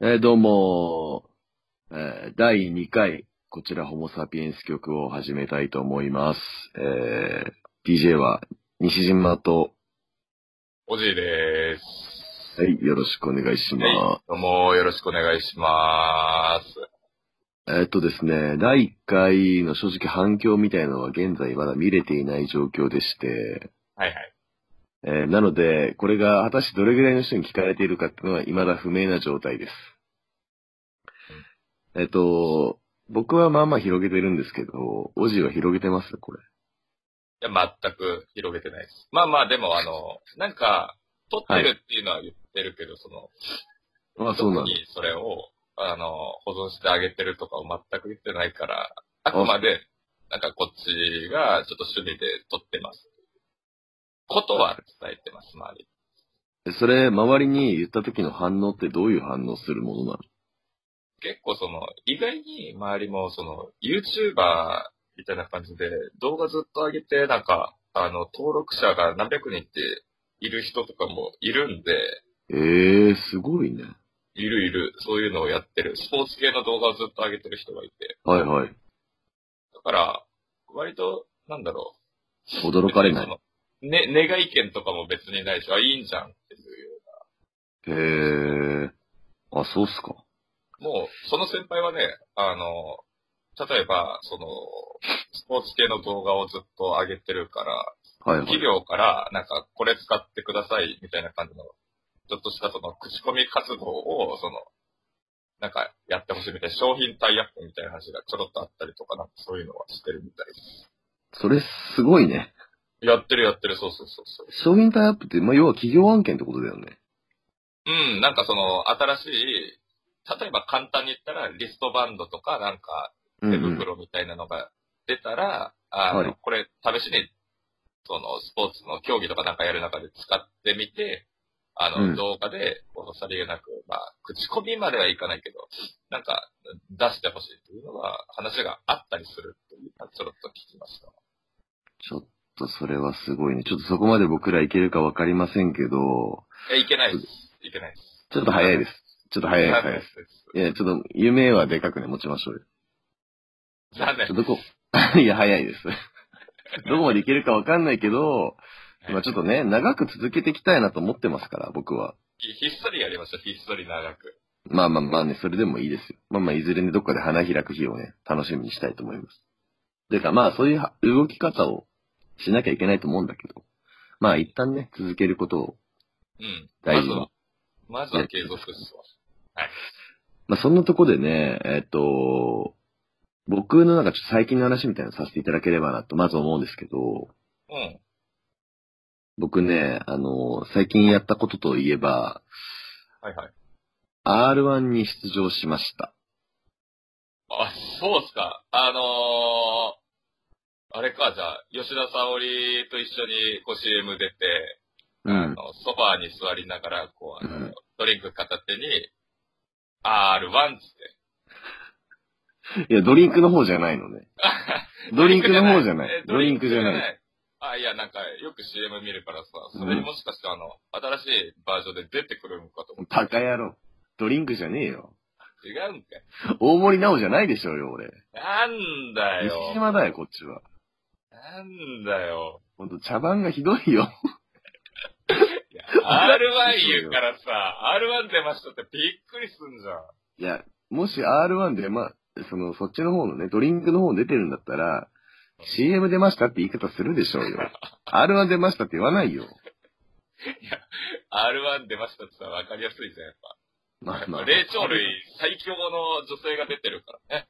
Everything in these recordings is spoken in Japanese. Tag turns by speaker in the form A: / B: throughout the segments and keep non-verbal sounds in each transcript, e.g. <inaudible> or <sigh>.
A: えーどうも、えー第2回、こちらホモサピエンス曲を始めたいと思います。えー DJ は西島と、
B: おじいでーす。
A: はい、よろしくお願いしま
B: どうも、よろしくお願いしまーす。
A: す。えーっとですね、第1回の正直反響みたいのは現在まだ見れていない状況でして、
B: はいはい。
A: えーなので、これが果たしてどれぐらいの人に聞かれているかっていうのは未だ不明な状態です。えーっと、僕はまあまあ広げてるんですけど、オジは広げてますこれ。
B: いや、全く広げてないです。まあまあ、でも、あの、なんか、撮ってるっていうのは言ってるけど、その、
A: あ、そうなん
B: 特
A: だ。
B: にそれを、あの、保存してあげてるとかを全く言ってないから、あくまで、なんかこっちがちょっと趣味で撮ってます。ことは伝えてます、周り。
A: それ、周りに言った時の反応ってどういう反応するものなの
B: 結構その、意外に周りもその、YouTuber みたいな感じで、動画ずっと上げて、なんか、あの、登録者が何百人っている人とかもいるんで、
A: ええすごいね。
B: いるいる、そういうのをやってる、スポーツ系の動画をずっと上げてる人がいて、
A: はいはい。
B: だから、割と、なんだろう。
A: 驚かれない。
B: 別にそのね、願い見とかも別にないし、あ、いいんじゃんってい
A: へ
B: う。
A: えあ、そうっすか。
B: もう、その先輩はね、あの、例えば、その、スポーツ系の動画をずっと上げてるから、
A: はいはい
B: 企。業から、なんか、これ使ってください、みたいな感じの、ちょっとしたその、口コミ活動を、その、なんか、やってほしいみたいな、商品タイアップみたいな話がちょろっとあったりとか、なんかそういうのはしてるみたいです。
A: それ、すごいね。
B: やってるやってる、そうそうそうそう。
A: 商品タイアップって、まあ、要は企業案件ってことだよね。
B: うん、なんかその、新しい、例えば簡単に言ったら、リストバンドとか、なんか、
A: うん、う
B: 手
A: ん。
B: 袋みたいなのが出たら、あの、
A: はい
B: これ、試しに、その、スポーツの競技とかなんかやる中で使ってみて、あの、
A: うん
B: 動画で、このさりげなく、まあ、口コミまではいかないけど、なんか、出してほしいっていうのは、話があったりするっていうのはちょろっと聞きました。
A: ちょっと、それはすごいね。ちょっとそこまで僕らいけるかわかりませんけど、
B: え、いけないです。いけないです。
A: ちょっと早いです。ちょっと早いです、早いです。い
B: 残念
A: や、ちょっと、夢はでかくね、持ちましょうよ。
B: す。残
A: ちょ
B: 念
A: っ。とこ、 <laughs> いや、早いです。どこまでいけるかわかんないけど、まあちょっとね、長く続けていきたいなと思ってますから、僕は。
B: ひひっそりやりましょう、ひっそり長く。
A: まあまあまあね、それでもいいですよ。まあまあ、いずれにどっかで花開く日をね、楽しみにしたいと思います。てかまあ、そういうは動き方をしなきゃいけないと思うんだけど、まあ一旦ね、続けることを
B: うん。
A: 大
B: ま
A: 事
B: ず
A: に
B: は、まずは継続します。
A: まあそんなとこでね、えっ、と、僕のなんかちょっと最近の話みたいなのさせていただければなと、まず思うんですけど、
B: うん。
A: 僕ね、あの、最近やったことといえば、
B: はいはい。
A: R1 に出場しました。
B: あ、そうっすか。あのー、あれか、じゃあ、吉田沙保里と一緒にこう CM 出て、あのソファーに座りながら、こう、あの
A: うん
B: ドリンク片手に、R1 っつって。
A: いや、ドリンクの方じゃないのね。 <laughs> ドリンクの方じゃない
B: え。
A: ドリンクじゃない。
B: い。あ、いや、なんか、よく CM 見るからさ、それにもしかして、あの、新しいバージョンで出てくるのかと思って。
A: バカ野郎。ドリンクじゃねえよ。
B: 違うんかい。
A: 大森なおじゃないでしょうよ、俺。
B: なんだよ。
A: 西島だよ、こっちは。
B: なんだよ。
A: ほんと、茶番がひどいよ。
B: いや R1 言うからさ、R1 出ましたってびっくりすんじゃん。
A: いや、もし R1 で、まあ、その、そっちの方のね、ドリンクの方出てるんだったら、CM 出ましたって言い方するでしょう <laughs> よ。R1 出ましたって言わないよ。
B: R1 出ましたってさ、わかりやすいじゃん、やっ
A: まあま
B: ぱ。
A: あ。
B: 霊長類最強の女性が出てるからね。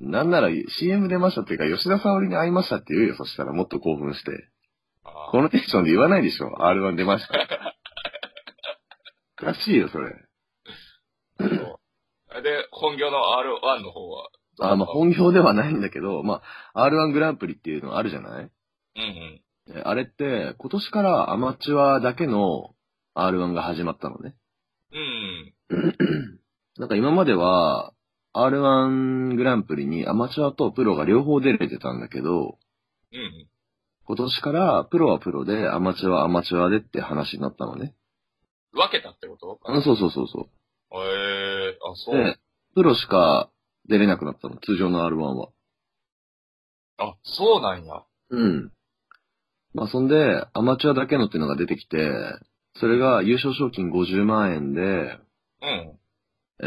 A: なんなら CM 出ましたっていうか、吉田沙織に会いましたって言うよ、そしたらもっと興奮して。
B: あー
A: このテンションで言わないでしょ ?R1 出ました。 <laughs> おかしいよ、それ。
B: そうで、本業の R1 の方はどう
A: あ、まあ、本業ではないんだけど、まあ、R1 グランプリっていうのあるじゃない
B: うんうん。
A: えあれって、今年からアマチュアだけの R1 が始まったの <laughs> ね。
B: うん。
A: なんか今までは、R1 グランプリにアマチュアとプロが両方出れてたんだけど、
B: うん。
A: 今年からプロはプロでアマチュアはアマチュアでって話になったのね。
B: 分けたってこと
A: あそうそうそうそう。
B: えー、あ、そう。
A: で、プロしか出れなくなったの、通常の R1 は。
B: あ、そうなんや。
A: うん。まあ、そんで、アマチュアだけのっていうのが出てきて、それが優勝賞金50万円で、
B: うん。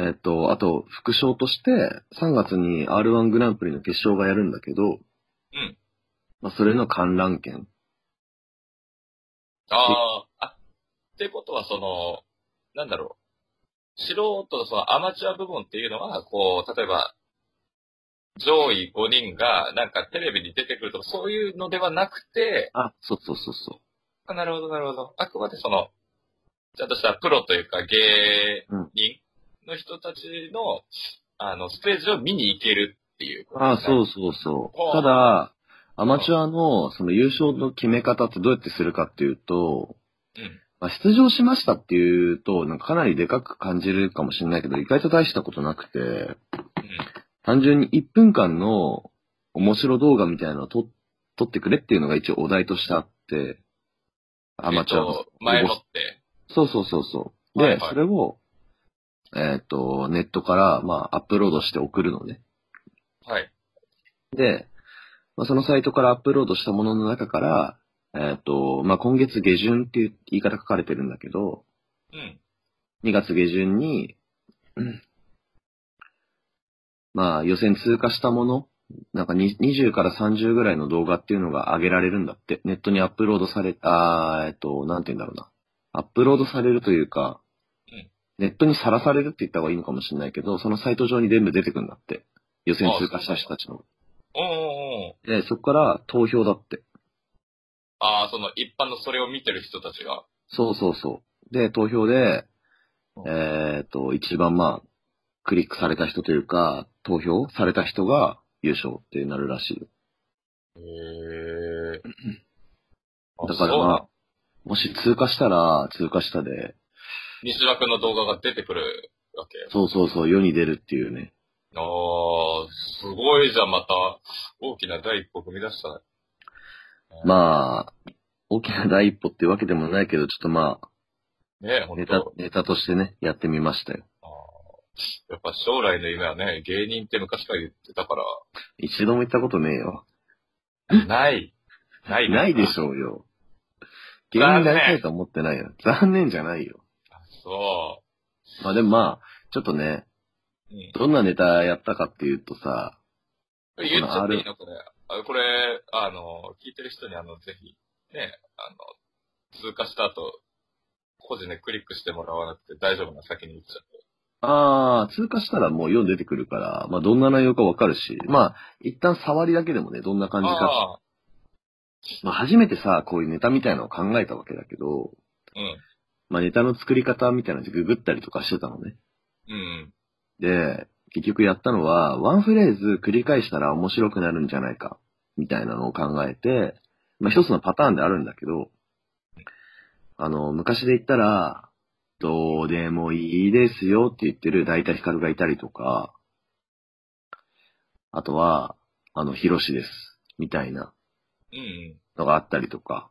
A: えっと、あと、副賞として、3月に R1 グランプリの決勝がやるんだけど、
B: うん。
A: まあ、それの観覧券。
B: ああ、あ、ってことはその、なんだろう。素人のそのアマチュア部分っていうのは、こう、例えば、上位5人がなんかテレビに出てくるとか、そういうのではなくて、
A: あ、そうそうそうそ
B: あなるほど、なるほど。あくまでその、ちゃんとしたプロというか芸人の人たちの、あの、ステージを見に行けるっていう。
A: う。あ、そううそうそう
B: は。
A: た
B: あ
A: だ、アマチュアの、その優勝の決め方ってどうやってするかっていうと、
B: うん。
A: まあ、出場しましたっていうと、なんかかなりでかく感じるかもしれないけど、意外と大したことなくて、単純に1分間の面白動画みたいなのを撮撮ってくれっていうのが一応お題としてあって、ア
B: うん。え
A: マ
B: っ
A: チュアの
B: と、前もって。
A: そうそうそうそう。
B: はい
A: で、
B: はい
A: それを、えっ、と、ネットから、まあ、アップロードして送るのね。
B: はい。
A: で、まあ、そのサイトからアップロードしたものの中から、えっ、と、まあ、今月下旬っていう言い方書かれてるんだけど、
B: うん。
A: 2月下旬に、うんまあ、予選通過したもの、なんかに20から30ぐらいの動画っていうのが上げられるんだって。ネットにアップロードされ、あーえっと、なんて言うんだろうな。アップロードされるというか
B: うん、
A: ネットにさらされるって言った方がいいのかもしれないけど、そのサイト上に全部出てくるんだって。予選通過した人たちの。
B: おーおーおー
A: で、そこから投票だって。
B: ああ、その一般のそれを見てる人たちが。
A: そうそうそう。で、投票で
B: うん、
A: えっ、と、一番まあ、クリックされた人というか、投票された人が優勝ってなるらしいよ。
B: へえ。あ
A: だから
B: そう
A: ま
B: な
A: あ、もし通過したら、通過したで、
B: 西枠の動画が出てくるわけ。
A: そうそうそう、世に出るっていうね。
B: ああ、すごいじゃん、また、大きな第一歩踏み出したね。
A: まあ、大きな第一歩ってわけでもないけど、ちょっとまあ、
B: ねえ、ほん
A: ネタ
B: と。、
A: ネタとしてね、やってみましたよ。
B: あーやっぱ将来の夢はね、芸人って昔から言ってたか
A: 一度も行ったことねえよ。
B: ら、ない。ない。
A: ないで
B: ょ。
A: しょうよ。芸人になりたいとは思ってないよ。残念じゃないよ。
B: そ
A: まあでもまあ、ちょっとね、
B: う。うん、
A: どんなネタやったかっていうとさ、
B: これ言っちゃっていいのこれ。あこれ、あの、聞いてる人にあの、ぜひ、ね、あの、通過した後、個人でクリックしてもらわなくて大丈夫な先に言っちゃって。
A: あー、通過したらもう4出てくるから、まあどんな内容かわかるし、まあ一旦触りだけでもね、どんな感じか。
B: ああ、
A: まあ初めてさ、こういうネタみたいなのを考えたわけだけど、
B: うん。
A: まあネタの作り方みたいなのでググったりとかしてたのね。
B: うん。
A: で、結局やったのは、ワンフレーズ繰り返したら面白くなるんじゃないか、みたいなのを考えて、まあ一つのパターンであるんだけど、あの、昔で言ったら、どうでもいいですよって言ってる大体ヒカルがいたりとか、あとは、あの、ヒロシです、みたいな
B: うん。
A: のがあったりとか、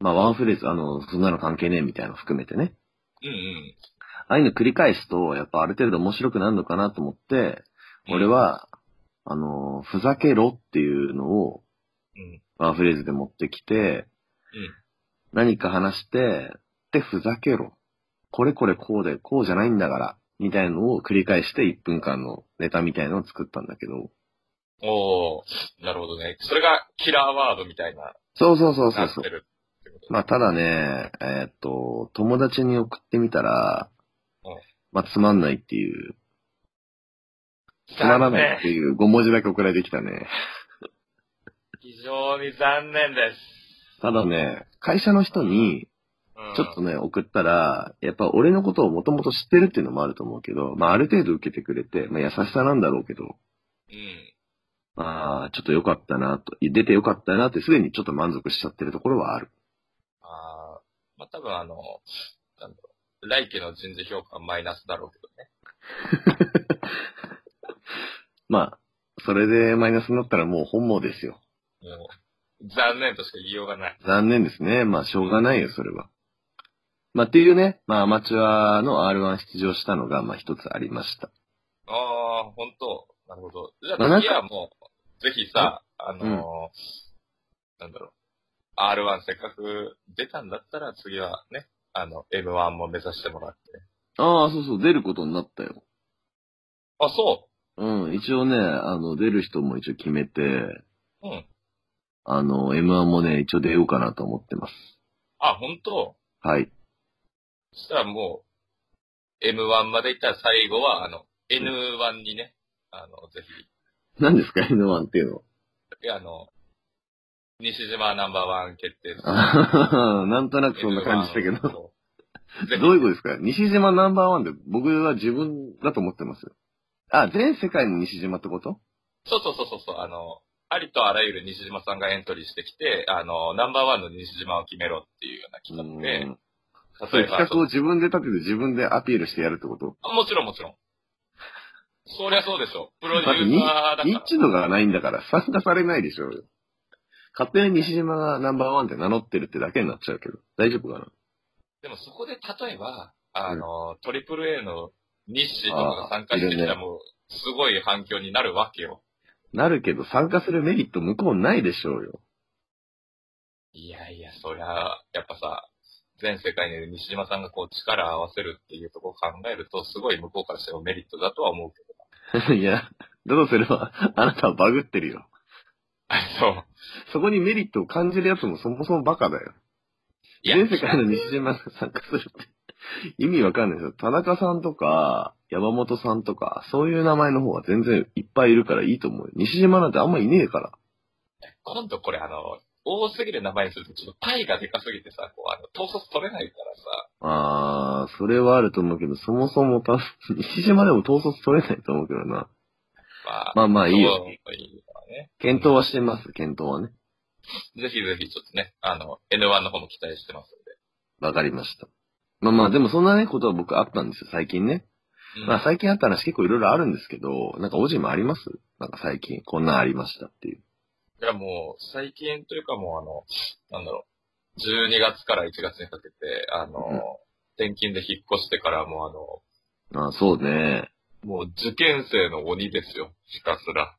A: まあワンフレーズ、あの、そんなの関係ねえみたいなの含めてね。
B: うん。うん。
A: ああいうの繰り返すと、やっぱある程度面白くなるのかなと思って、
B: うん
A: 俺、は、あの、ふざけろっていうのを
B: うん。
A: ワンフレーズで持ってきて、何か話して、で、ふざけろ。これこれこうで、こうじゃないんだから、みたいのを繰り返して1分間のネタみたいのを作ったんだけど。
B: うん。おおなるほどね。それがキラーワードみたいな、
A: そうそうそうそ
B: な
A: う
B: っ
A: そ
B: て
A: う。
B: るってこと
A: まあ、ただね、えーっと、友達に送ってみたら
B: うん、
A: まあ、つまんないっていう、つ
B: 残
A: ま
B: 念
A: らないっていう5文字だけ送られてきたね。
B: 非常に残念です。
A: ただね、会社の人に、
B: うん、
A: ちょっとね、送ったら、やっぱ俺のことをもともと知ってるっていうのもあると思うけど、まあある程度受けてくれて、まあ優しさなんだろうけど、
B: うん。
A: まあちょっと良かったなと、出て良かったなってすでにちょっと満足しちゃってるところはある。
B: ああ、まあ、多分あの、なんだろう。来期の人事評価はマイナスだろうけどね。
A: まあ、それでマイナスになったらもう本望ですよ。
B: もう、残念としか言いようがない。
A: 残念ですね。まあしょうがないよ、それは。まあ、っていうね、まあ、アマチュアの R1 出場したのが、まあ、一つありました。
B: ああ、本当なるほど。じゃ
A: まあな
B: あ
A: んか
B: 次はもう、ぜひさ、あの
A: う
B: ー
A: ん
B: なんだろう。R1 せっかく出たんだったら次はね、あの、M1 も目指してもらって。
A: ああ、そうそう、出ることになったよ。
B: あ、そ
A: うん、一応ね、あの、出る人も一応決めて、
B: ううん。
A: あの、M1 もね、一応出ようかなと思ってます。
B: あ、本当
A: はい。
B: そしたらもう、M1 まで行ったら最後は、あの、N1 にね、あの、ぜ
A: 何ですか、N1 っていうのは <laughs>
B: ひ、あの、西島ナンバーワン決定戦
A: あははなんとなく <laughs> そんな感じしたけ
B: N1
A: ど。 <laughs>
B: をぜひ
A: どういうことですか西島ナンバーワンで僕は自分だと思ってますよ。あ、全世界の西島ってこと
B: そうそうそうそうそう、あの、ありとあらゆる西島さんがエントリーしてきて、あの、ナンバーワンの西島を決めろっていうような
A: う
B: 企画で、
A: ん。そうい
B: 例
A: う
B: え
A: 企
B: ば
A: 画を自分で立てて自分でアピールしてやるってこと
B: あもちろんもちろん。そりゃそうでしょ。プロデュ
A: だって
B: ー
A: ニ
B: サーだから。
A: ニッチ度がないんだから参加されないでしょうよ。勝手に西島がナンバーワンって名乗ってるってだけになっちゃうけど。大丈夫かな
B: でもそこで例えば、あの、トリプル a の日誌とかが参加
A: あー
B: してきた
A: いる
B: ら
A: ね
B: もう、すごい反響になるわけよ。
A: なるけど参加するメリット向こうないでしょうよ。
B: いやいや、そりゃ、やっぱさ、全世界に西島さんがこう力を合わせるっていうところを考えると、すごい向こうからしてもメリットだとは思うけ
A: <laughs>
B: ど。
A: いや、だとすれば、あなたはバグってるよ。
B: あ、 <laughs> そう。
A: そこにメリットを感じるやつもそもそもバカだよ。
B: いや
A: 全世界の西島が参加するって意味わかんないですよ。田中さんとか、山本さんとか、そういう名前の方は全然いっぱいいるからいいと思うよ。西島なんてあんまいねえから。
B: 今度これあの、多すぎる名前にするとちょっとパイがでかすぎてさ、こうあの、統率取れないからさ、
A: あー、それはあると思うけど、そもそもた、西島でも統率取れないと思うけどな。
B: まあ、
A: まあまあいい
B: ど
A: よ
B: う。いいかね。
A: 検討はしてます、検討はね。
B: ぜひぜひちょっとね、あの、N1 の方も期待してます
A: わかりました。まあまあ、でもそんなね、ことは僕あったんですよ、最近ね。
B: んで。うん
A: まあ最近あった話結構いろいろあるんですけど、なんかおじもありますなんか最近こんなんありましたっていう。
B: いやもう、最近というかもうあの、なんだろう、12月から1月にかけて、あの、
A: うん
B: 転勤で引っ越してからもうあの、
A: ああ、そうね。
B: もう受験生の鬼ですよ、ひたすら。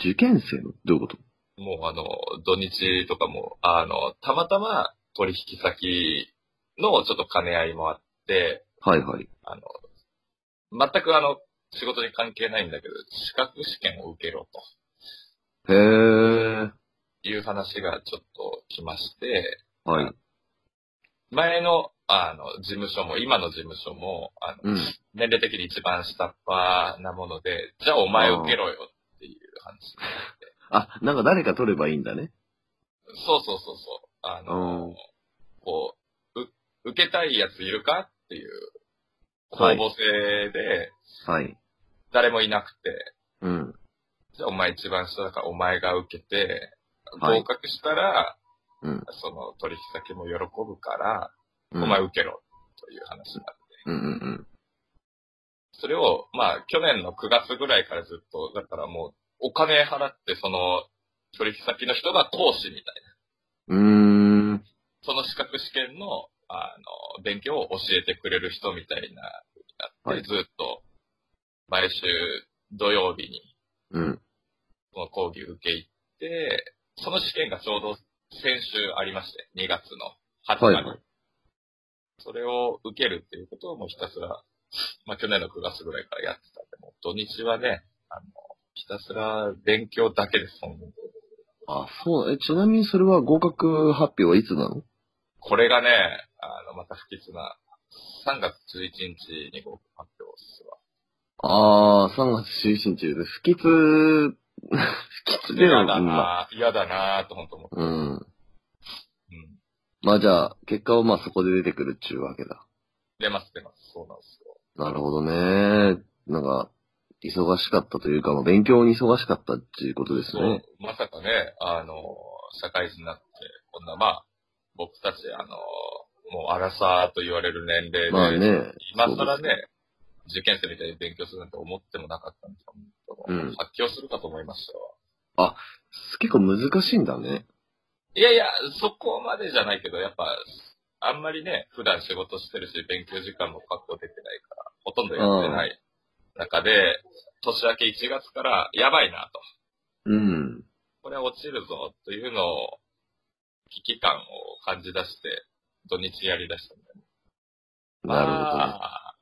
A: 受験生のどういうこと
B: もうあの、土日とかも、あの、たまたま取引先のちょっと兼ね合いもあって、
A: はいはい。
B: あの、全くあの、仕事に関係ないんだけど、資格試験を受けろ
A: へえ。
B: という話がちょっと来まして、
A: はい。
B: 前の、あの、事務所も、今の事務所も、あの、
A: うん。
B: 年齢的に一番下っ端なもので、じゃあお前受けろよっていう話。
A: あ、なんか誰か取ればいいんだね。
B: そうそうそうそう。あ
A: う
B: の
A: ん、
B: こう、う受けたいやついるかっていう、公
A: はい
B: 募制で、
A: はい。
B: 誰もいなくて、
A: うん。
B: じゃあお前一番下だからお前が受けて、
A: はい
B: 合格したら、
A: うん。
B: その取引先も喜ぶから、
A: うん
B: お前受けろという話があって。
A: うんうんうん。
B: それを、まあ去年の9月ぐらいからずっと、だからもうお金払ってその取引先の人が投資みたいな、
A: うーん。
B: その資格試験の、あの、勉強を教えてくれる人みたいな、
A: はい
B: ずっと、毎週土曜日に
A: うん。
B: その講義受け入って、その試験がちょうど先週ありまして、2月の20日に。
A: はいはい
B: それを受けるっていうことをもうひたすら、まあ去年の9月ぐらいからやってたんで、もう土日はね、あの、ひたすら勉強だけです、本当に
A: あ、そう、え、ちなみにそれは合格発表はいつなの
B: これがね、あの、また不吉な、3月11日に合格発表するわ。
A: あー、3月17日で、不吉、不吉で
B: 嫌
A: は
B: だ
A: まあ
B: なぁ、嫌だなぁと本当思って。
A: うん。
B: うん。
A: まあじゃあ、結果はまあそこで出てくるっちゅうわけだ。
B: 出ます、出ます。そうなんですよ。
A: なるほどね。なんか、忙しかったというか、まあ、勉強に忙しかったっていうことです
B: そう
A: ね。、
B: まさかね、あの、社会人になって、こんな、まあ、僕たち、あの、もう、アラサーと言われる年齢で、
A: まあね。
B: 今更
A: そう
B: ね、受験生みたいに勉強するなんて思ってもなかったんで、本当
A: うん
B: 発狂するかと思いましたわ。
A: 結構難しいんだね。
B: いやいや、そこまでじゃないけど、やっぱ、あんまりね、普段仕事してるし、勉強時間も確保できないから、ほとんどやってない中で、年明け1月から、やばいなと。
A: うん。
B: これは落ちるぞ、というのを、危機感を感じ出して、土日やり出したんだよね。
A: な
B: あー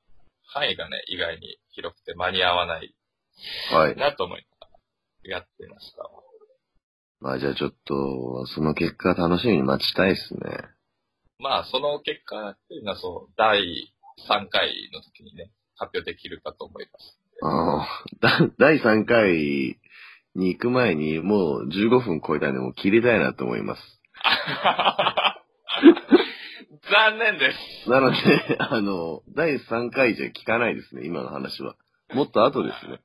B: 範囲がね、意外に広くて間に合わない
A: るほど。はい。
B: なと思いながらやってました。
A: まあじゃあちょっと、その結果楽しみに待ちたいですね。
B: まあ、その結果っていうのは、そう、第3回の時にね、発表できるかと思い
A: <laughs>
B: ます。
A: ああ、だ第3回に行く前にもう15分超えたんで、もう切りたいなと思います。
B: 残念です。
A: なので、 <laughs> あの、第3回じゃ聞かないですね、今の話は。もっと後ですね。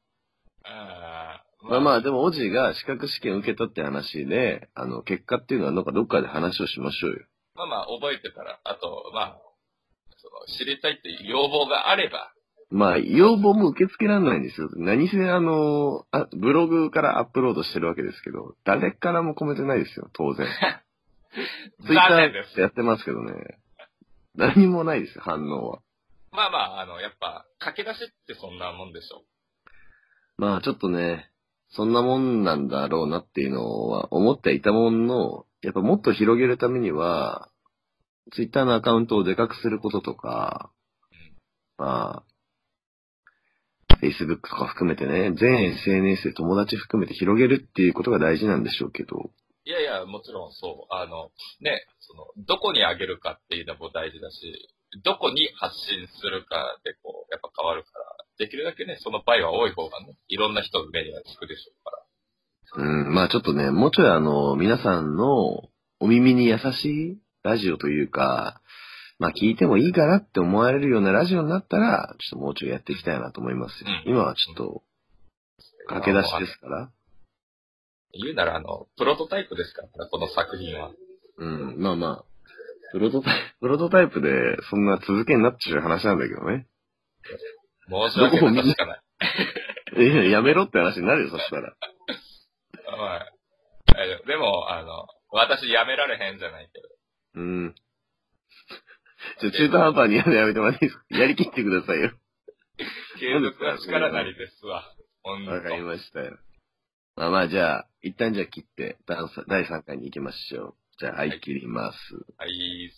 B: あー
A: まあまあ、でも、オジが資格試験受けたって話で、あの、結果っていうのはなんかどっかで話をしましょうよ。
B: まあまあ、覚えてたら、あと、まあ、その知りたいっていう要望があれば、
A: まあ、要望も受け付けられないんですよ。何せ、あのあ、ブログからアップロードしてるわけですけど、誰からもコメントないですよ、当然。ツイッタ
B: 残念で
A: ー
B: す。
A: やってますけどね。何もないですよ、反応は。
B: まあまあ、あの、やっぱ、駆け出しってそんなもんでしょ
A: まあ、ちょっとね、そんなもんなんだろうなっていうのは思っていたものの、やっぱもっと広げるためには、ツイッターのアカウントをでかくすることとか、まあ、Facebook とか含めてね、全 SNS で友達含めて広げるっていうことが大事なんでしょうけど、
B: いやいや、もちろんそう。あの、ね、その、どこにあげるかっていうのも大事だし、どこに発信するかでこう、やっぱ変わるから、できるだけね、その場合は多い方がね、いろんな人の目にはつくでしょうから。
A: うん、まあちょっとね、もうちょいあの、皆さんのお耳に優しいラジオというか、まあ聞いてもいいかなって思われるようなラジオになったら、ちょっともうちょいやっていきたいなと思いますよ。
B: うん
A: 今はちょっと駆け出しですから。
B: す。言うなら、あの、プロトタイプですから、この作品は。
A: うん、まあまあ。プロトタイプ、プロトタイプでそんな続けになっちゃう話なんだけどね。
B: 申し訳なさしかない。
A: いや <laughs> やめろって話になるよ、そしたら。
B: はい。大丈夫でも、あの、私やめられへんじゃないけど。
A: うん。 <laughs> ちょ、中途半端にやめやめてもらっていいですかやりきってくださいよ。
B: 継続は力なりですわ。ほんと
A: わかりましたよ。まあまあ、じゃあ、一旦じゃあ切って、ダンス第3回に行きましょう。じゃあ、はい、切ります。
B: はい。